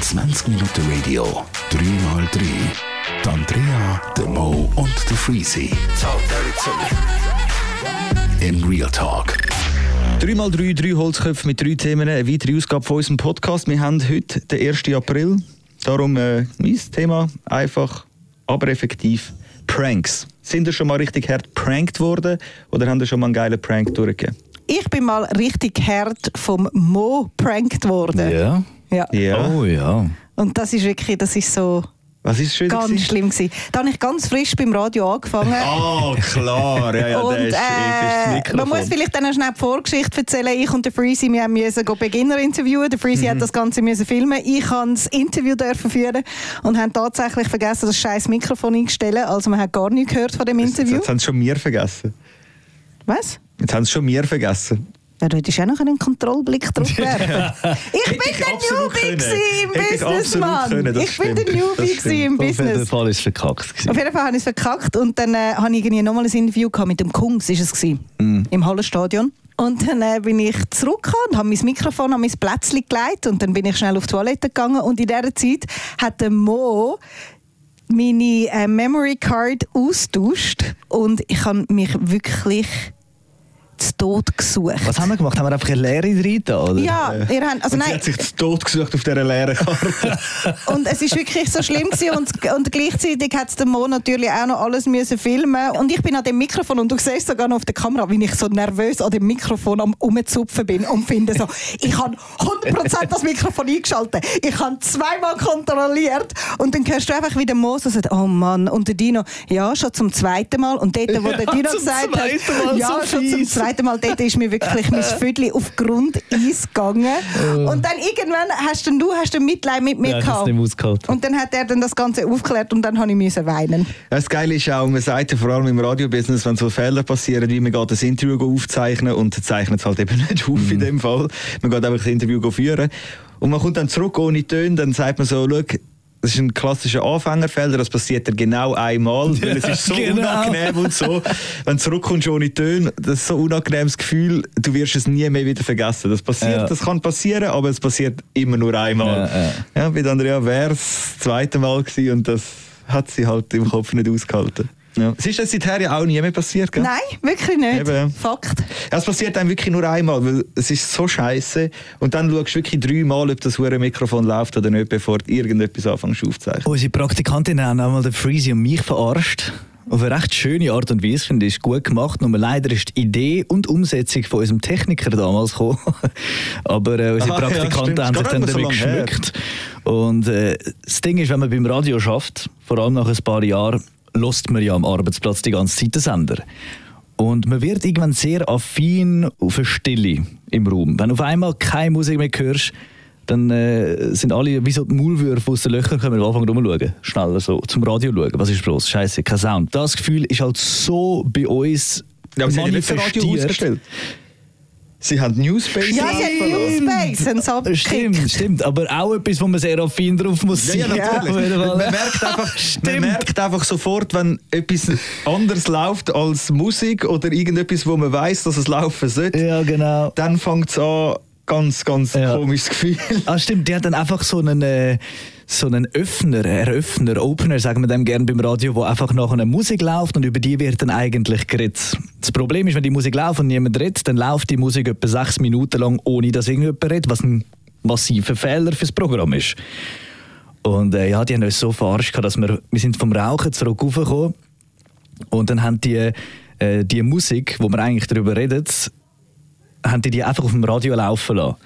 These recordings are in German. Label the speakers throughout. Speaker 1: 20 Minuten Radio, 3x3. Die Andrea, der Mo und der Freezy. In Real Talk.
Speaker 2: 3x3, 3 Holzköpfe mit drei Themen, eine weitere Ausgabe von unserem Podcast. Wir haben heute den 1. April. Darum äh, mein Thema einfach, aber effektiv. Pranks. Sind ihr schon mal richtig hart prankt worden oder haben ihr schon mal einen geilen Prank durchgegeben?
Speaker 3: Ich bin mal richtig hart vom Mo prankt worden.
Speaker 4: Ja.
Speaker 3: Ja.
Speaker 2: Ja.
Speaker 4: Oh ja.
Speaker 3: Und das ist wirklich, das ist so
Speaker 2: Was ist schön?
Speaker 3: ganz schlimm gewesen. Da habe ich ganz frisch beim Radio angefangen.
Speaker 2: Ah, klar. Ja, ja,
Speaker 3: und
Speaker 2: der ist, das
Speaker 3: äh,
Speaker 2: ist das
Speaker 3: man muss
Speaker 2: Mikrofon.
Speaker 3: vielleicht dann noch schnell die Vorgeschichte erzählen. Ich und der Freezy, wir haben müssen go Beginner interviewen. Der Freezy
Speaker 2: Mhm.
Speaker 3: hat das Ganze müssen filmen. Ich habe das Interview dürfen führen und haben tatsächlich vergessen, das scheiß Mikrofon einzustellen. Also man hat gar nichts gehört von dem Interview.
Speaker 2: Jetzt haben sie schon mir vergessen.
Speaker 3: Was?
Speaker 2: Jetzt haben sie schon mir vergessen.
Speaker 3: Ja, du hättest auch noch einen Kontrollblick drauf werfen. Ich bin
Speaker 2: ich
Speaker 3: der
Speaker 2: absolut
Speaker 3: Newbie
Speaker 2: können.
Speaker 3: gewesen im
Speaker 2: Hätte ich
Speaker 3: Business,
Speaker 2: absolut können,
Speaker 3: Mann.
Speaker 2: das
Speaker 3: Ich bin der
Speaker 2: stimmt. Das
Speaker 3: Newbie gewesen im
Speaker 4: Auf jeden
Speaker 3: Business.
Speaker 4: Fall ist es verkackt. gewesen.
Speaker 3: Auf jeden Fall habe ich es verkackt und dann äh, habe ich irgendwie nochmal ein Interview gehabt mit dem Kungs, ist es gewesen,
Speaker 2: Mm.
Speaker 3: im Hallenstadion. Und dann äh, bin ich zurückgekommen und habe mein Mikrofon an mein Plätzchen gelegt und dann bin ich schnell auf die Toilette gegangen und in dieser Zeit hat der Mo meine äh, Memory Card austauscht und ich habe mich wirklich zu Tod gesucht.
Speaker 4: Was haben wir gemacht? Haben wir einfach eine Lehre rein da, oder?
Speaker 3: Ja, ihr habt, also
Speaker 2: und sie
Speaker 3: nein,
Speaker 2: hat sich zu Tod gesucht auf dieser leeren Karte.
Speaker 3: und es ist wirklich so schlimm gewesen und, und gleichzeitig hat der Mo natürlich auch noch alles müssen filmen und ich bin an dem Mikrofon und du siehst sogar noch auf der Kamera, wie ich so nervös an dem Mikrofon am umzupfen bin und finde so, ich habe 100% das Mikrofon eingeschaltet, ich habe zweimal kontrolliert und dann hörst du einfach wie der Mo so sagt, oh Mann und der Dino, ja schon zum zweiten Mal und dort, wo der
Speaker 4: Ja,
Speaker 3: Dino
Speaker 4: zum
Speaker 3: gesagt
Speaker 4: zweiten Mal,
Speaker 3: hat, ja
Speaker 4: so
Speaker 3: schon zum
Speaker 4: fies.
Speaker 3: zweiten zweite Mal dort ist mir wirklich mein Vödli auf Grundeis gegangen. Und dann irgendwann hast dann du hast dann Mitleid mit mir
Speaker 4: Oh. Ja, ich hab's
Speaker 3: gehabt.
Speaker 4: nicht mehr ausgehalten.
Speaker 3: Und dann hat er dann das Ganze aufgeklärt und dann habe ich müssen weinen.
Speaker 2: Ja, Das Geile ist auch, man sagt ja vor allem im Radiobusiness, wenn so Fehler passieren, wie man geht das Interview go aufzeichnen und zeichnet es halt eben nicht auf
Speaker 4: Mhm.
Speaker 2: in dem Fall. Man geht einfach das Interview go führen und man kommt dann zurück ohne Töne, dann sagt man so, schau, das ist ein klassischer Anfängerfehler, das passiert dir genau einmal, weil es ist so
Speaker 4: genau.
Speaker 2: unangenehm und so. Wenn du zurückkommst ohne Töne, das ist so ein unangenehmes Gefühl, du wirst es nie mehr wieder vergessen. Das passiert,
Speaker 4: Ja.
Speaker 2: das kann passieren, aber es passiert immer nur einmal.
Speaker 4: Ja, ja.
Speaker 2: Ja, bei der Andrea wäre es das zweite Mal gewesen und das hat sie halt im Kopf nicht ausgehalten. Ja. Es ist das seither ja auch nie mehr passiert, gell?
Speaker 3: Nein, wirklich nicht.
Speaker 2: Eben.
Speaker 3: Fakt.
Speaker 2: Ja, Es passiert einem wirklich nur einmal, weil es ist so scheiße und dann schaust du wirklich dreimal, ob das hure Mikrofon läuft oder nicht, bevor du irgendetwas anfängst aufzuzeichnen.
Speaker 4: Unsere Praktikantin haben einmal den Freezy und mich verarscht. Auf eine recht schöne Art und Weise, finde ich, ist gut gemacht. Nur leider ist die Idee und Umsetzung von unserem Techniker damals gekommen. Aber äh, unsere
Speaker 2: Ah, ja,
Speaker 4: Praktikanten
Speaker 2: stimmt.
Speaker 4: haben
Speaker 2: Ist
Speaker 4: sich
Speaker 2: gar
Speaker 4: dann
Speaker 2: nicht mehr
Speaker 4: damit
Speaker 2: so lange her.
Speaker 4: geschmückt. Und äh, das Ding ist, wenn man beim Radio schafft, vor allem nach ein paar Jahren, lost man ja am Arbeitsplatz die ganze Zeit den Sender. Und man wird irgendwann sehr affin auf eine Stille im Raum. Wenn du auf einmal keine Musik mehr hörst, dann äh, sind alle wie so die Maulwürfe aus den Löchern, können wir anfangen rumschauen. Schneller so, zum Radio schauen. Was ist bloß? Scheiße, kein Sound. Das Gefühl ist halt so bei uns
Speaker 2: Ja, aber sie haben ja nicht das Radio
Speaker 4: manifestiert.
Speaker 2: ausgestellt. Sie haben Newspace
Speaker 3: Ja, sie haben New Space und so
Speaker 4: Stimmt, stimmt. Aber auch etwas, wo man sehr affin drauf muss
Speaker 2: Ja, ja,
Speaker 4: sein. Auf
Speaker 2: natürlich.
Speaker 4: jeden Fall.
Speaker 2: man, merkt einfach, man
Speaker 4: Stimmt.
Speaker 2: merkt einfach sofort, wenn etwas anders läuft als Musik oder irgendetwas, wo man weiß, dass es laufen sollte.
Speaker 4: Ja, genau.
Speaker 2: Dann fängt es an, ganz, ganz
Speaker 4: Ja.
Speaker 2: komisches Gefühl.
Speaker 4: Ah, stimmt, die hat dann einfach so einen, äh, so einen Öffner, Eröffner, Opener, sagen wir dem gerne beim Radio, wo einfach nachher eine Musik läuft und über die wird dann eigentlich geredet. Das Problem ist, wenn die Musik läuft und niemand redet, dann läuft die Musik etwa sechs Minuten lang, ohne dass irgendjemand redet, was ein massiver Fehler fürs Programm ist. Und äh, ja, die haben uns so verarscht, gehabt, dass wir, wir sind vom Rauchen zurück raufgekommen und dann haben die, äh, die Musik, wo wir eigentlich darüber redet, haben die die einfach auf dem Radio laufen lassen.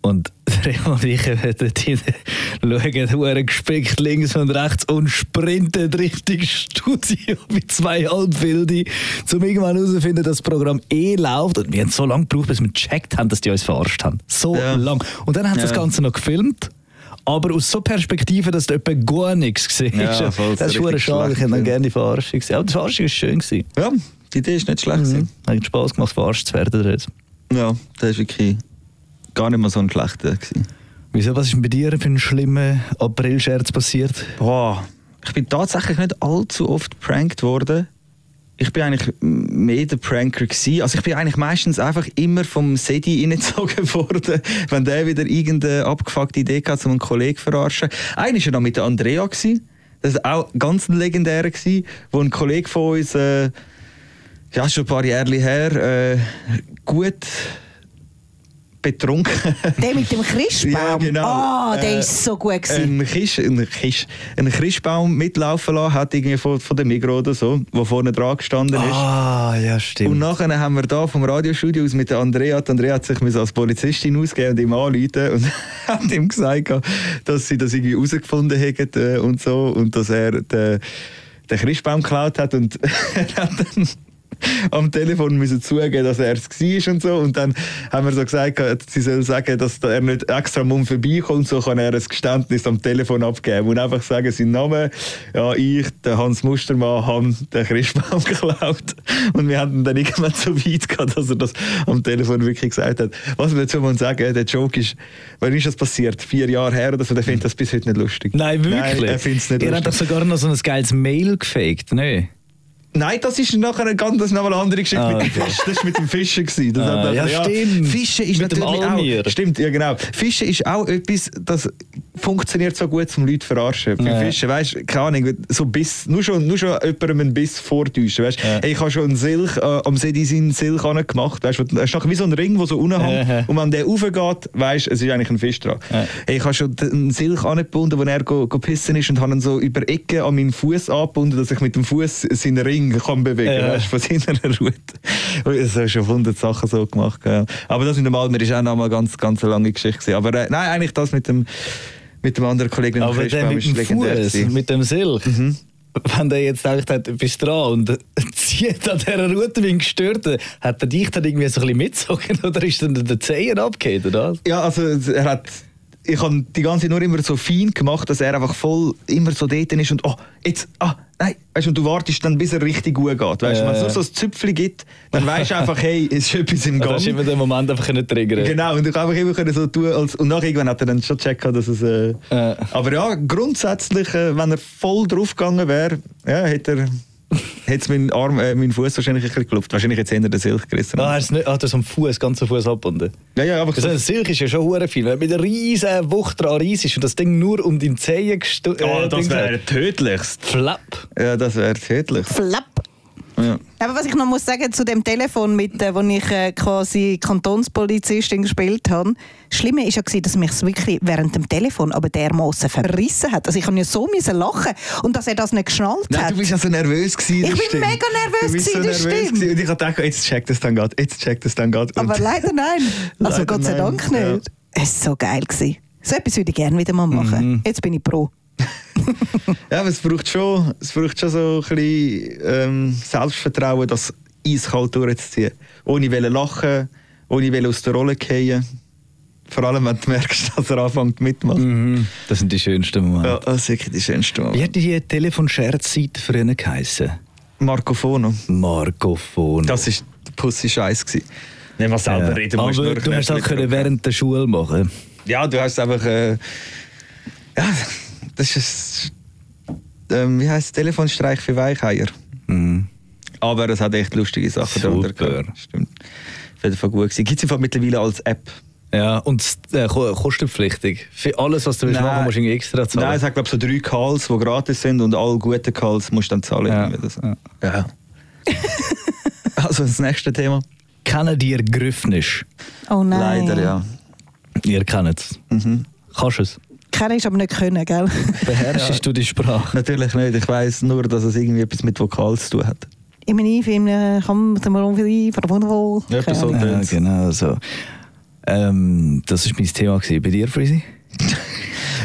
Speaker 4: Und Remo und ich äh, dort hinten schauen hure gespickt links und rechts und sprinten richtig Studio wie zwei Halbwilde, um irgendwann herauszufinden, dass das Programm eh läuft. Und wir haben so lange gebraucht, bis wir gecheckt haben, dass die uns verarscht haben. So
Speaker 2: Ja.
Speaker 4: lang. Und dann haben sie
Speaker 2: Ja.
Speaker 4: das Ganze noch gefilmt. Aber aus so Perspektive, dass du etwa gar nichts gesehen
Speaker 2: Ja,
Speaker 4: hast.
Speaker 2: voll,
Speaker 4: das ist
Speaker 2: richtig
Speaker 4: hure schade. Ich hätte dann
Speaker 2: schlecht, ja.
Speaker 4: gerne die Verarschung gesehen. Aber die Verarschung war schön. Gewesen.
Speaker 2: Ja, die Idee ist nicht
Speaker 4: Mhm.
Speaker 2: schlecht. gewesen.
Speaker 4: Hat Spass gemacht, verarscht zu werden. dort.
Speaker 2: Ja, das ist wirklich gar nicht mal so ein schlechter. Gewesen.
Speaker 4: Wieso, was ist denn bei dir für einen schlimmen April-Scherz passiert?
Speaker 2: Boah, ich bin tatsächlich nicht allzu oft prankt worden. ich bin eigentlich mehr der Pranker gewesen. Also ich bin eigentlich meistens einfach immer vom Sedi reingezogen worden, wenn der wieder irgendeine abgefuckte Idee hatte, um einen Kollegen zu verarschen. Eigentlich war er noch mit der Andrea. Gewesen. Das war auch ganz ein legendärer, gewesen, wo ein Kollege von uns, äh, ja, schon ein paar Jahre her, äh, gut betrunken
Speaker 3: Der mit dem Christbaum.
Speaker 2: Ja, genau.
Speaker 3: Ah, der
Speaker 2: Äh,
Speaker 3: ist so gut gewesen.
Speaker 2: ein Kisch, ein Kisch, ein Christbaum mitlaufen lassen hat irgendwie von, von der Migros oder so, wo vorne dran gestanden ist.
Speaker 4: Ah, ja,
Speaker 2: Und
Speaker 4: stimmt.
Speaker 2: nachher haben wir da vom Radiostudio aus mit der Andrea, die Andrea hat sich müssen als Polizistin ausgeben und ihm anrufen und hat ihm gesagt, dass sie das irgendwie herausgefunden hätten äh, und so und dass er den, den Christbaum geklaut hat und er hat dann am Telefon müssen zugeben, dass er es war und so und dann haben wir so gesagt, sie soll sagen, dass er nicht extra mumm vorbeikommt, so kann er ein Geständnis am Telefon abgeben und einfach sagen, sein Name, ja ich, der Hans Mustermann, habe den Christbaum geklaut und wir haben dann irgendwann so weit gehabt, dass er das am Telefon wirklich gesagt hat. Was wir dazu mal sagen, der Joke ist, wann ist das passiert? Vier Jahre her oder so, der findet das bis heute nicht lustig.
Speaker 4: Hm. Nein, wirklich.
Speaker 2: Nein, er findet es nicht
Speaker 4: Ihr habt doch
Speaker 2: lustig.
Speaker 4: sogar noch so ein geiles Mail gefaked, ne?
Speaker 2: Nein, das ist nachher eine ganz das ist nochmal eine andere Geschichte
Speaker 4: Ah,
Speaker 2: mit dem
Speaker 4: okay.
Speaker 2: Fisch. Das war mit dem Fischen. gewesen. Das
Speaker 4: Ah,
Speaker 2: hat
Speaker 4: ja, stimmt.
Speaker 2: Fischen ist
Speaker 4: Mit dem
Speaker 2: natürlich
Speaker 4: Almir.
Speaker 2: auch... Stimmt, ja genau. Fischen ist auch etwas, das funktioniert so gut, um Leute zu verarschen. Bei
Speaker 4: Ja.
Speaker 2: Fischen, weißt du, keine Ahnung, so Biss, nur, schon, nur schon jemandem einen Biss vortäuschen. Weißt?
Speaker 4: Ja.
Speaker 2: Hey, ich habe schon einen Silch, äh, am See seinen Silch gemacht. Weißt? du, Das ist nachher wie so ein Ring, der so
Speaker 4: Ja.
Speaker 2: unten hängt. Und wenn der raufgeht, weißt du, es ist eigentlich ein Fisch dran.
Speaker 4: Ja.
Speaker 2: Hey, ich habe schon einen Silch angebunden, wo er go, go pissen ist und habe ihn so über Ecken an meinen Fuß angebunden, dass ich mit dem Fuß seinen Ring kann bewegen kann.
Speaker 4: Ja.
Speaker 2: Weißt, von seiner Route. Es hast schon hundert Sachen so gemacht. Ja. Aber das mit dem Almer ist auch noch mal eine ganz, ganz lange Geschichte. gewesen. Aber äh, nein, eigentlich das mit dem, mit dem anderen Kollegen, mit dem
Speaker 4: Aber der
Speaker 2: Christbaum,
Speaker 4: mit dem
Speaker 2: ist legendär
Speaker 4: Fuß,
Speaker 2: gewesen. Mhm.
Speaker 4: mit dem Silch. Wenn der jetzt denkt, hat, du bist dran und zieht an dieser Route wie ein Gestörter, hat er dich dann irgendwie so ein bisschen mitgezogen oder ist dann der Zehen abgeht oder was?
Speaker 2: Ja, also er hat. Ich habe die ganze Zeit nur immer so fein gemacht, dass er einfach voll immer so dort ist und oh, jetzt, ah, nein, weißt du, und du wartest dann, bis er richtig gut geht. Weißt du, wenn es
Speaker 4: Ja.
Speaker 2: nur so ein Züpfli gibt, dann weißt du einfach, hey, es ist etwas im
Speaker 4: Du
Speaker 2: Gang.
Speaker 4: hast immer den Moment einfach können triggern
Speaker 2: Genau, und ich habe einfach immer können so tun, als, und nach irgendwann hat er dann schon gecheckt, dass es. Äh,
Speaker 4: Äh.
Speaker 2: Aber ja, grundsätzlich, äh, wenn er voll draufgegangen wäre, ja, hätte er. Hätte es meinen Arm, äh, meinen Fuß wahrscheinlich ein bisschen gelobt. Wahrscheinlich jetzt hinter den Silch gerissen.
Speaker 4: Ah, er ist nicht, ah, der ist am Fuß, ganz am Fuß abgebunden.
Speaker 2: Ja, ja, einfach
Speaker 4: Also,
Speaker 2: so.
Speaker 4: ein Silch ist ja schon hure viel. Wenn du mit einer riesen Wucht dran reist ist und das Ding nur um deinen Zehen gestoßen
Speaker 2: Ah, tödlichst.
Speaker 4: Flap.
Speaker 2: Ja, das wäre
Speaker 4: äh,
Speaker 2: tödlich.
Speaker 3: Flapp.
Speaker 2: Ja.
Speaker 3: Aber was ich noch muss sagen zu dem Telefon, mit äh, wo ich äh, quasi Kantonspolizistin gespielt habe, das Schlimme ist ja gewesen, dass mich wirklich während dem Telefon aber dermaßen verrissen hat. Also ich habe ja so müssen lachen und dass er das nicht geschnallt
Speaker 2: Nein,
Speaker 3: hat.
Speaker 2: du bist ja so nervös gewesen.
Speaker 3: Ich
Speaker 2: das
Speaker 3: bin
Speaker 2: stimmt.
Speaker 3: mega nervös
Speaker 2: Du bist so
Speaker 3: gewesen, das
Speaker 2: nervös
Speaker 3: stimmt.
Speaker 2: gewesen. Und ich habe gedacht, jetzt checkt es dann gerade, jetzt checkt es dann gerade.
Speaker 3: aber
Speaker 2: Und-
Speaker 3: leider nein. Also
Speaker 2: Leider
Speaker 3: Gott sei
Speaker 2: nein,
Speaker 3: Dank nicht. Es war so geil gewesen. So etwas würde ich gerne wieder mal machen.
Speaker 2: Mhm.
Speaker 3: Jetzt bin ich pro.
Speaker 2: Ja, aber es braucht schon, es braucht schon so ein bisschen ähm, Selbstvertrauen, das eiskalt durchzuziehen. Ohne wollen lachen, ohne wollen aus der Rolle fallen. Vor allem, wenn du merkst, dass er anfängt mitmachen.
Speaker 4: Das sind die schönsten Momente.
Speaker 2: Mhm. Ja, das ist wirklich die schönste
Speaker 4: Wie
Speaker 2: Moment.
Speaker 4: hat die Telefonscherzseite früher geheissen?
Speaker 2: Marco Fono.
Speaker 4: Markofon.
Speaker 2: Das war der Pussy-Scheiß. Nicht mal
Speaker 4: ja. Aber du hast das können während der Schule machen.
Speaker 2: Ja, du hast einfach. Äh, ja, das ist. ein- Ähm, wie heißt Telefonstreich für Weicheier?
Speaker 4: Mhm.
Speaker 2: Aber es hat echt lustige Sachen
Speaker 4: Super.
Speaker 2: gehabt. Stimmt. Auf jeden Fall gut. Gibt es im Fall mittlerweile als App?
Speaker 4: Ja, und es, äh, ko- kostenpflichtig. Für alles, was du willst
Speaker 2: Nein.
Speaker 4: machen, musst du irgendwie extra zahlen.
Speaker 2: Nein, es hat glaube ich so drei Calls, die gratis sind und alle guten Calls musst du dann zahlen.
Speaker 4: Ja.
Speaker 2: Irgendwie Das. ja. also das nächste Thema.
Speaker 4: Kennen die Griffnisch?
Speaker 3: Oh nein.
Speaker 2: Leider, ja.
Speaker 4: Ihr kennt es.
Speaker 2: Mhm.
Speaker 4: Kannst du es?
Speaker 3: Kennen ist aber nicht können, gell?
Speaker 4: Beherrschst du die Sprache?
Speaker 2: Natürlich nicht. Ich weiss nur, dass es irgendwie etwas mit Vokals zu tun hat.
Speaker 3: Ich meine, ich finde, kann man mal irgendwie verwundern.
Speaker 2: Ja, etwas so.
Speaker 4: Ja, genau so. Ähm, das war mein Thema gewesen. bei dir, Frisi.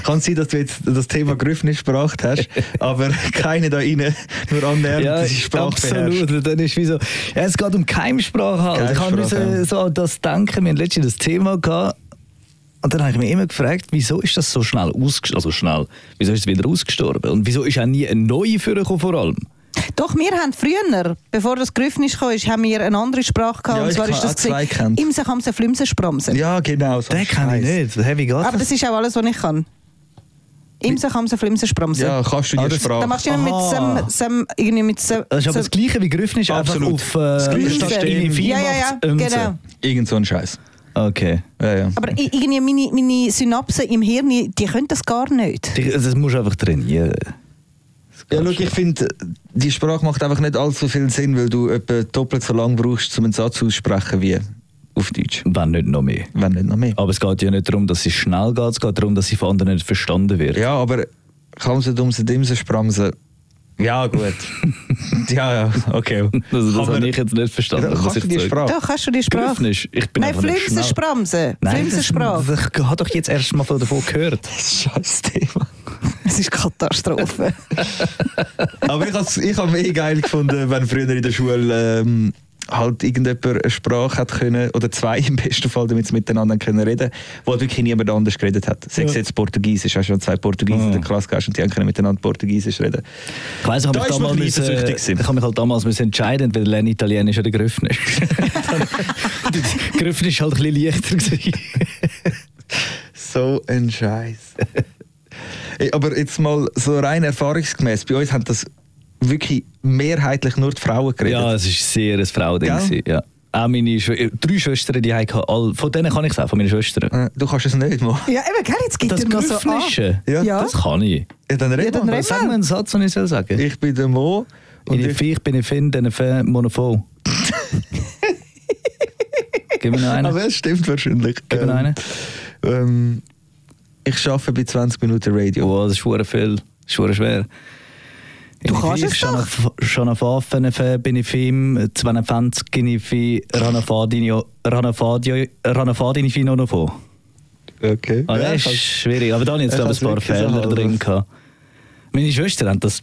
Speaker 2: Kann sein, dass du jetzt das Thema Griffnisch gebracht hast, aber keine da rein, nur annähernd ja, diese Sprache beherrscht.
Speaker 4: absolut. Dann ist wie so, ja, es geht um Keimsprache halt.
Speaker 2: Keimsprache,
Speaker 4: ich kann
Speaker 2: ja.
Speaker 4: so an das denken. Wir hatten letztens das Thema gehabt. Und dann habe ich mich immer gefragt, wieso ist das so schnell ausgestorben? Also schnell, wieso ist es wieder ausgestorben? Und wieso ist auch nie ein neuer vorgekommen vor allem?
Speaker 3: Doch, wir haben früher, bevor das Griffnis kam, ist, haben wir eine andere Sprache gehabt.
Speaker 2: Ja,
Speaker 3: und
Speaker 2: ich
Speaker 3: zwar
Speaker 2: kann
Speaker 3: ist das
Speaker 2: auch zwei kennen.
Speaker 3: Imse, Kamse, Flimse, Spramse.
Speaker 2: Ja, genau. So
Speaker 4: Den
Speaker 2: ein
Speaker 4: kann ich
Speaker 2: Scheiß.
Speaker 4: nicht. Hey, wie geht
Speaker 3: Aber
Speaker 4: das?
Speaker 3: das ist auch alles, was ich kann. Imse, Kamse, Flimse, Spromse.
Speaker 2: Ja, kannst du die
Speaker 4: Ah, das-
Speaker 3: Dann
Speaker 2: Sprache?
Speaker 3: machst du immer mit
Speaker 4: Aha.
Speaker 3: Sam, Sam, irgendwie mit Sam.
Speaker 4: Das ist aber
Speaker 3: Sam-
Speaker 4: das Gleiche wie Griffen ist
Speaker 2: Absolut.
Speaker 4: einfach auf äh,
Speaker 2: Das Gleiche
Speaker 4: statt
Speaker 2: System.
Speaker 4: irgendwie vier
Speaker 3: Ja, ja, ja,
Speaker 4: macht's Ömse.
Speaker 3: genau.
Speaker 2: Irgend so ein Scheiß.
Speaker 4: Okay.
Speaker 2: Ja, ja.
Speaker 3: Aber i- irgendwie meine, meine Synapsen im Hirn, die können das gar nicht.
Speaker 4: Die- Das musst du einfach trainieren.
Speaker 2: Ja, schau, ich finde, die Sprache macht einfach nicht allzu viel Sinn, weil du etwa doppelt so lange brauchst, um einen Satz aussprechen wie auf Deutsch.
Speaker 4: Wenn nicht noch mehr.
Speaker 2: Wenn nicht noch mehr.
Speaker 4: Aber es geht ja nicht darum, dass sie schnell geht, es geht darum, dass sie von anderen nicht verstanden wird.
Speaker 2: Ja, aber Kamse, Dumse, Dimse, Spramse. Ja, gut. ja, ja, okay.
Speaker 4: Also, das
Speaker 2: Aber-
Speaker 4: habe ich jetzt nicht
Speaker 2: Ja,
Speaker 4: verstanden. was
Speaker 2: kannst
Speaker 4: ich
Speaker 2: du die
Speaker 4: sage.
Speaker 2: Sprache?
Speaker 3: Da kannst du die Sprache.
Speaker 4: Griffen ist- ich bin
Speaker 3: Nein,
Speaker 4: einfach nicht
Speaker 3: Flimse,
Speaker 4: schnell.
Speaker 3: Spramse.
Speaker 4: Nein,
Speaker 3: Flimse,
Speaker 4: das,
Speaker 3: Sprache.
Speaker 4: das, ich habe doch jetzt erst mal davon gehört.
Speaker 2: Scheiß Thema.
Speaker 3: Es ist Katastrophe.
Speaker 2: Aber ich habe ich hab mega geil gefunden, wenn früher in der Schule ähm, halt irgendjemand eine Sprache hat können, oder zwei im besten Fall, damit sie miteinander können reden wo halt wirklich niemand anders geredet hat. Sei es jetzt Portugiesisch, hast du schon zwei Portugiesen in der Klasse gehabt und die haben können miteinander Portugiesisch reden.
Speaker 4: Ich weiss, ich habe
Speaker 2: Da
Speaker 4: mich,
Speaker 2: ist man
Speaker 4: damals
Speaker 2: ein bisschen
Speaker 4: müssen-
Speaker 2: eifersüchtig
Speaker 4: ich
Speaker 2: gewesen.
Speaker 4: habe mich halt damals müssen entscheiden, entweder lerne ich Italienisch oder Griffnisch. Griffnisch war halt ein bisschen leichter. gewesen.
Speaker 2: So ein Scheiß. Ey, Aber jetzt mal so rein erfahrungsgemäß, bei uns haben das wirklich mehrheitlich nur die Frauen geredet.
Speaker 4: ja, es war sehr ein Frauending.
Speaker 2: Gell?
Speaker 4: gewesen, Ja. Auch meine Schw äh, drei Schwestern, die hatten alle, von denen kann ich es auch, von meinen Schwestern.
Speaker 2: Äh, Du kannst es nicht machen.
Speaker 3: ja, eben, gell, jetzt gibt
Speaker 4: Das
Speaker 3: er noch so an.
Speaker 4: Griffnische,
Speaker 2: Ja.
Speaker 3: Ja.
Speaker 4: das kann ich.
Speaker 2: Ja, dann red
Speaker 3: Ja, dann
Speaker 2: mal.
Speaker 3: red.
Speaker 4: Sag mir einen Satz, den ich soll sagen
Speaker 2: Ich bin der Mo und
Speaker 4: ich,
Speaker 2: ich
Speaker 4: vielleicht bin ich Finn, dann Fan, Monopol. Gib mir noch einen.
Speaker 2: Aber es stimmt wahrscheinlich.
Speaker 4: Gib mir noch einen.
Speaker 2: Ähm, ich arbeite bei 20 Minuten Radio.
Speaker 4: Oh, das ist verdammt viel. Das ist verdammt schwer.
Speaker 3: Du
Speaker 4: Ich-
Speaker 3: kannst
Speaker 4: ich
Speaker 3: es
Speaker 4: schon
Speaker 3: doch.
Speaker 4: auf- Schon auf Affen, Fan, bin ich Film, 52, bin ich Fi, Ranafadinio, Ranafadio, Ranafadinifin noch von.
Speaker 2: Okay.
Speaker 4: Ah,
Speaker 2: Ja,
Speaker 4: das ist
Speaker 2: kannst-
Speaker 4: schwierig, aber da habe ich jetzt
Speaker 2: ich
Speaker 4: glaube ich ein paar
Speaker 2: kann's wirklich so
Speaker 4: Fehler
Speaker 2: halb.
Speaker 4: drin gehabt. Meine Schwestern haben das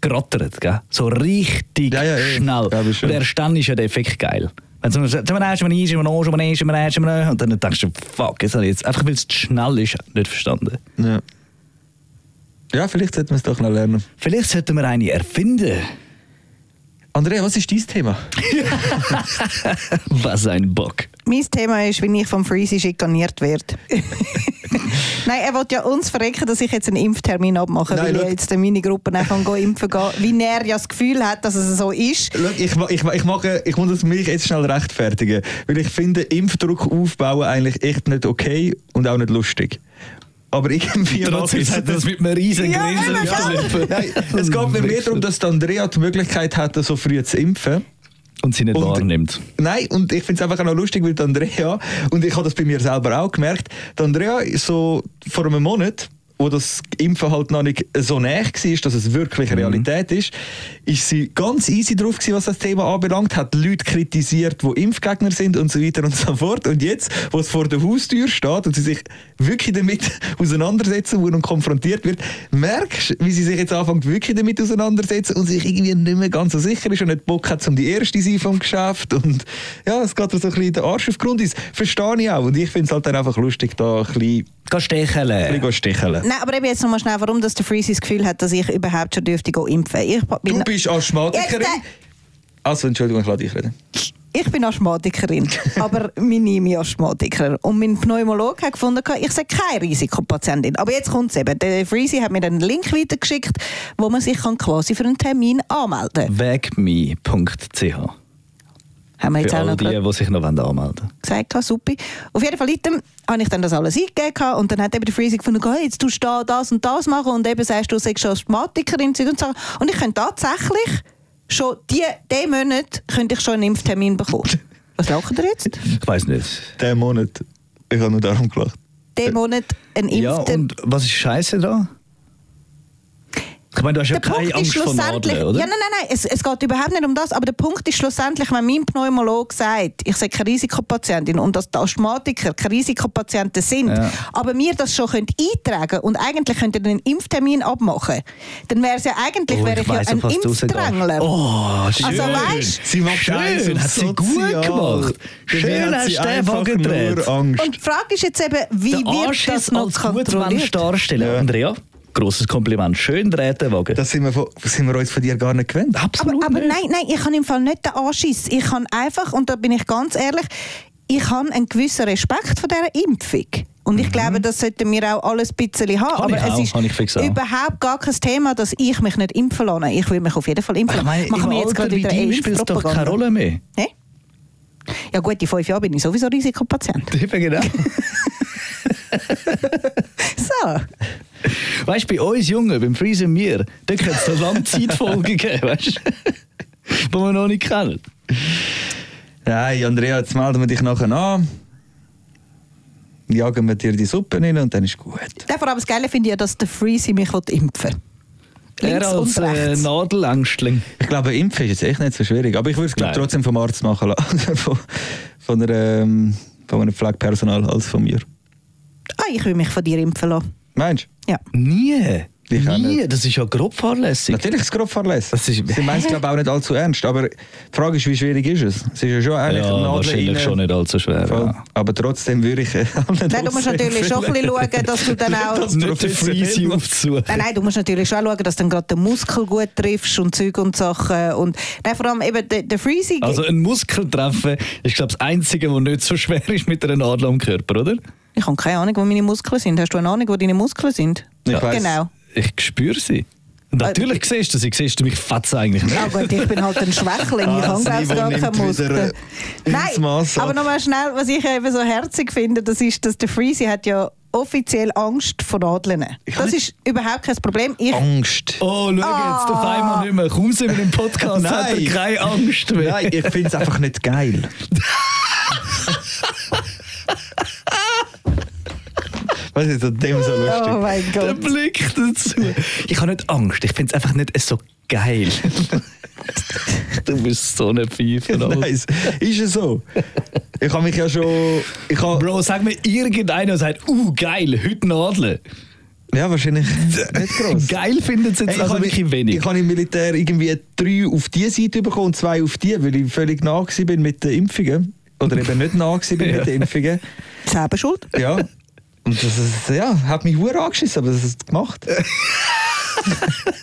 Speaker 4: gerattert, gell? so richtig
Speaker 2: Ja, ja, ja.
Speaker 4: schnell.
Speaker 2: Ja, aber
Speaker 4: und
Speaker 2: schön.
Speaker 4: erst dann ist ja der Effekt geil. Wenn du sagst, man erst, man ist, man ist, man ist, man ist, man und dann denkst du, fuck, jetzt habe ich jetzt, einfach weil es zu schnell ist, nicht verstanden.
Speaker 2: Ja. ja, vielleicht sollten wir es doch noch lernen.
Speaker 4: Vielleicht sollten wir eine erfinden.
Speaker 2: Andrea, was ist dein Thema?
Speaker 4: Was ein Bock.
Speaker 3: Mein Thema ist, wie ich vom Freezy schikaniert werde. Nein, er will ja uns verrecken, dass ich jetzt einen Impftermin abmache,
Speaker 2: Nein,
Speaker 3: weil ja
Speaker 2: schau.
Speaker 3: jetzt meine Gruppe nachher gehen impfen gehen, wie er ja das Gefühl hat, dass es so ist.
Speaker 2: Schau, ich, ma- ich, ma- ich, mache, ich muss es mich jetzt schnell rechtfertigen, weil ich finde, Impfdruck aufbauen eigentlich echt nicht okay und auch nicht lustig. Aber irgendwie mache
Speaker 4: Trotzdem
Speaker 2: ich's.
Speaker 4: hat das mit einem riesen
Speaker 3: Ja,
Speaker 4: Grinsen
Speaker 3: eben, gell?
Speaker 4: aufgeliffen.
Speaker 2: Nein, es geht mir mehr darum, dass die Andrea die Möglichkeit hatte, so früh zu impfen.
Speaker 4: Und sie nicht
Speaker 2: Und-
Speaker 4: wahrnimmt.
Speaker 2: Nein, und ich finde es einfach auch noch lustig, weil die Andrea, und ich habe das bei mir selber auch gemerkt, die Andrea ist so vor einem Monat, wo das Impfen halt noch nicht so näher war, dass es wirklich Realität ist, ist sie ganz easy drauf gewesen, was das Thema anbelangt, hat Leute kritisiert, die Impfgegner sind und so weiter und so fort. Und jetzt, wo es vor der Haustür steht und sie sich wirklich damit auseinandersetzen muss und konfrontiert wird, merkst du, wie sie sich jetzt anfängt, wirklich damit auseinandersetzen und sich irgendwie nicht mehr ganz so sicher ist und nicht Bock hat, um die Erste zu sein vom Geschäft. Und ja, es geht ihr so ein bisschen den Arsch auf Grund ist. Verstehe ich auch. Und ich finde es halt dann einfach lustig, da ein bisschen,
Speaker 4: Geh
Speaker 2: ein
Speaker 4: stecheln.
Speaker 2: bisschen sticheln.
Speaker 3: Nein, aber eben jetzt nochmal schnell, warum dass der Freezy das Gefühl hat, dass ich überhaupt schon dürfte gehen impfen. Ich bin,
Speaker 2: Du bist Asthmatikerin.
Speaker 3: Jetzt, äh,
Speaker 2: Also, Entschuldigung, ich lasse dich reden.
Speaker 3: Ich bin Asthmatikerin, aber meine Mimi Asthmatiker. Und mein Pneumologe hat gefunden, ich sei keine Risikopatientin. Aber jetzt kommt es eben. Der Freezy hat mir einen Link weitergeschickt, wo man sich kann quasi für einen Termin anmelden kann.
Speaker 4: Wegme.ch
Speaker 3: Haben wir jetzt
Speaker 4: Für
Speaker 3: auch
Speaker 4: all
Speaker 3: noch
Speaker 4: die, die sich noch anmelden wollen.
Speaker 3: gesagt, hatte, super. Auf jeden Fall item, habe ich dann das alles eingegeben gehabt und dann hat eben der Freezy gefunden, «Ah, jetzt tust du da das und das machen und eben sagst du, du seist Asthmatikerin Zeug und so. Und ich könnte tatsächlich schon die, diesen Monat könnte ich schon einen Impftermin bekommen. Was lachen ihr jetzt?
Speaker 4: Ich weiß nicht.
Speaker 2: Diesen Monat. Ich habe nur darum gelacht.
Speaker 3: Diesen Monat einen
Speaker 4: Ja,
Speaker 3: Impftermin.
Speaker 4: und was ist Scheiße da? Ich meine, du hast ja
Speaker 3: der Punkt
Speaker 4: keine
Speaker 3: ist
Speaker 4: Angst vor
Speaker 3: schlussendlich.
Speaker 4: Nadeln, oder?
Speaker 3: Ja, nein, nein, nein. Es, es geht überhaupt nicht um das. Aber der Punkt ist schlussendlich, wenn mein Pneumologe sagt, ich sei keine Risikopatientin und dass die Asthmatiker keine Risikopatienten sind,
Speaker 4: Ja.
Speaker 3: aber wir das schon könnt eintragen und eigentlich könnt ihr einen Impftermin abmachen, dann wäre es ja eigentlich
Speaker 4: Oh,
Speaker 3: wäre ich, ja
Speaker 4: weiss,
Speaker 3: ein
Speaker 4: auf was du rausgehst.
Speaker 3: Impfdrängler.
Speaker 4: Oh, schön.
Speaker 3: Also, weisst-
Speaker 2: Sie macht Scheiß
Speaker 4: schön,
Speaker 2: und
Speaker 4: hat sie gut
Speaker 2: sozial.
Speaker 4: gemacht.
Speaker 2: Dabei
Speaker 4: Schön
Speaker 2: hat
Speaker 4: hast
Speaker 2: sie
Speaker 4: du den
Speaker 2: einfach
Speaker 4: Wagen
Speaker 2: nur
Speaker 4: gedreht.
Speaker 2: Angst.
Speaker 3: Und die Frage ist jetzt eben, wie
Speaker 4: Der
Speaker 3: wird
Speaker 4: Arsch
Speaker 3: das
Speaker 4: ist
Speaker 3: noch
Speaker 4: als gut Mensch
Speaker 3: kontrolliert?
Speaker 4: darstellen.
Speaker 2: Ja.
Speaker 4: Andrea, grosses Kompliment. Schön dreht der Wagen.
Speaker 2: Das sind wir, von, sind wir uns von dir gar nicht gewöhnt.
Speaker 3: Aber,
Speaker 4: Absolut
Speaker 3: aber
Speaker 4: nicht.
Speaker 3: nein, nein, ich habe im Fall nicht den Anschiss. Ich habe einfach, und da bin ich ganz ehrlich, ich habe einen gewissen Respekt vor dieser Impfung. Und ich glaube, das sollten wir auch alles ein bisschen haben.
Speaker 4: Habe
Speaker 3: Aber
Speaker 4: Mhm. ich
Speaker 3: es
Speaker 4: auch,
Speaker 3: ist
Speaker 4: habe ich fix auch.
Speaker 3: überhaupt gar kein Thema, dass ich mich nicht impfen lasse. Ich will mich auf jeden Fall impfen lassen. Machen wir jetzt gerade wieder
Speaker 4: dir spielt es doch keine
Speaker 3: AIDS-Propaganda.
Speaker 4: Rolle mehr.
Speaker 3: Ne? Ja gut, in fünf Jahren bin ich sowieso Risikopatient.
Speaker 4: Eben genau.
Speaker 3: So.
Speaker 4: weißt du, bei uns Jungen, beim Freeze und mir, da könnte es eine lange Zeitfolge geben, weißt du? Die wir noch nicht kennen.
Speaker 2: Nein, Andrea, jetzt melden wir dich nachher an. Jagen wir dir die Suppe rein und dann ist gut.
Speaker 3: Davon aber das Geile finde ich ja, dass der Freezy mich will impfen will.
Speaker 4: Er
Speaker 3: Links
Speaker 4: als
Speaker 3: und
Speaker 4: äh,
Speaker 3: rechts.
Speaker 4: Nadelängstling.
Speaker 2: Ich glaube, Impfen ist jetzt echt nicht so schwierig. Aber ich würde es glaub,
Speaker 4: Nein.
Speaker 2: trotzdem vom Arzt machen lassen. von, von, einer, ähm, von einem Pflegepersonal als von mir.
Speaker 3: ah, ich will mich von dir impfen lassen.
Speaker 2: Meinst du?
Speaker 3: Ja.
Speaker 4: Nie.
Speaker 2: Ich auch
Speaker 4: Nie. Das ist ja grob fahrlässig.
Speaker 2: Natürlich ist es grob fahrlässig.
Speaker 4: Das ist-
Speaker 2: Sie meinen es, glaube ich, auch nicht allzu ernst. Aber die Frage ist, wie schwierig ist es? Es ist ja schon eigentlich eine Nadel rein.
Speaker 4: allzu schwer.
Speaker 2: Voll. Aber trotzdem würde ich äh, allen
Speaker 3: Nein, du musst
Speaker 2: trotzdem
Speaker 3: natürlich schon ein
Speaker 2: empfehlen.
Speaker 3: bisschen schauen, dass du dann auch...
Speaker 2: Das-
Speaker 4: Nicht den Freeze
Speaker 2: Professionell.
Speaker 4: aufzusuchen.
Speaker 3: Nein, nein, du musst natürlich schon auch schauen, dass du dann gerade den Muskel gut triffst und Zeug und Sachen. Und, nein, vor allem eben der, der Freezy...
Speaker 4: Also ein Muskeltreffen ist, glaube ich, das Einzige, was nicht so schwer ist mit einer Nadel am Körper, oder?
Speaker 3: ich habe keine Ahnung, wo meine Muskeln sind. Hast du eine Ahnung, wo deine Muskeln sind?
Speaker 2: Ich weiss.
Speaker 3: Genau.
Speaker 4: Ich spüre sie.
Speaker 3: Äh,
Speaker 4: Natürlich siehst du sie, siehst du mich fetze eigentlich nicht.
Speaker 3: Ja gut, ich bin halt ein Schwächling, ich
Speaker 2: Ah,
Speaker 3: habe
Speaker 2: das
Speaker 3: glaube ich
Speaker 2: Niveau
Speaker 3: gar
Speaker 2: nimmt
Speaker 3: keine
Speaker 2: wieder, äh,
Speaker 3: Muskeln.
Speaker 2: ins
Speaker 3: Nein,
Speaker 2: Mass ab.
Speaker 3: aber nochmal schnell, was ich eben so herzig finde, das ist, dass der Freezy hat ja offiziell Angst vor Nadeln. Das ist überhaupt kein Problem. Ich,
Speaker 2: Angst.
Speaker 4: Oh, schau jetzt, auf
Speaker 3: Ah.
Speaker 4: einmal nicht mehr. Kaum sind wir im Podcast, hat er
Speaker 2: Nein.
Speaker 4: keine Angst mehr.
Speaker 2: Nein, ich finde es einfach nicht geil. Was ist an dem so lustig?
Speaker 3: oh mein
Speaker 4: Der
Speaker 3: Gott.
Speaker 4: Blick dazu. Ich habe nicht Angst, ich finde es einfach nicht so geil. du bist so eine Pfeife. Alter.
Speaker 2: Nice. Ist es so? Ich habe mich ja schon. Ich habe,
Speaker 4: Bro, sag mir irgendeiner, der sagt, uh, geil, heute Nadeln.
Speaker 2: ja, wahrscheinlich nicht gross.
Speaker 4: Geil findet es jetzt
Speaker 2: Hey,
Speaker 4: also
Speaker 2: habe-
Speaker 4: wirklich wenig.
Speaker 2: Ich habe im Militär irgendwie drei auf die Seite bekommen und zwei auf die, weil ich völlig nah gewesen bin mit den Impfungen. Oder eben nicht nah gewesen bin mit den Impfungen.
Speaker 3: Selber schuld.
Speaker 2: Ja. Und das ist, ja, hat mich hure angeschissen, aber das ist gemacht.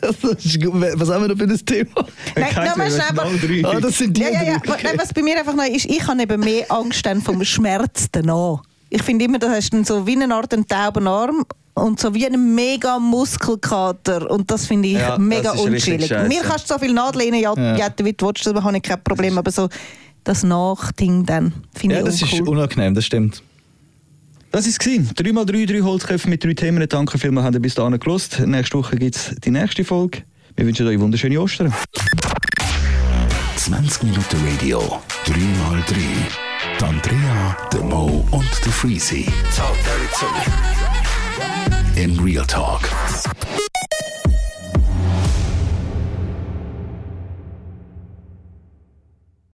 Speaker 4: Das ist gut. Was haben wir noch für ein Thema?
Speaker 3: Nein,
Speaker 2: Keine
Speaker 3: nein, weißt du,
Speaker 2: Ahnung,
Speaker 3: aber-
Speaker 2: genau drei.
Speaker 4: Ah, das sind die.
Speaker 3: Ja, ja, ja.
Speaker 4: drei.
Speaker 3: Nein, was bei mir einfach neu ist, ich habe eben mehr Angst dann vom Schmerz danach. Ich finde immer, das hast du dann so wie eine Art einen tauben Arm und so wie einen mega Muskelkater und das finde ich
Speaker 2: Ja,
Speaker 3: mega
Speaker 2: das ist richtig
Speaker 3: unschillig.
Speaker 2: scheisse.
Speaker 3: Mir kannst du so viel Nadeln reinjetten,
Speaker 4: Ja.
Speaker 3: wie du willst, da habe ich kein Problem, aber so das Nachding dann finde
Speaker 4: Ja, das
Speaker 3: ich
Speaker 4: ist
Speaker 3: uncool.
Speaker 4: unangenehm, das stimmt.
Speaker 2: Das war es. 3x3, 3 Holzköpfe mit drei Themen. Danke vielmals, habt ihr bis dahin gelost. Nächste Woche gibt es die nächste Folge. Wir wünschen euch wunderschöne Ostern.
Speaker 1: 20 Minuten Radio, 3x3. Andrea, der Mo und der Freezy. In Real Talk.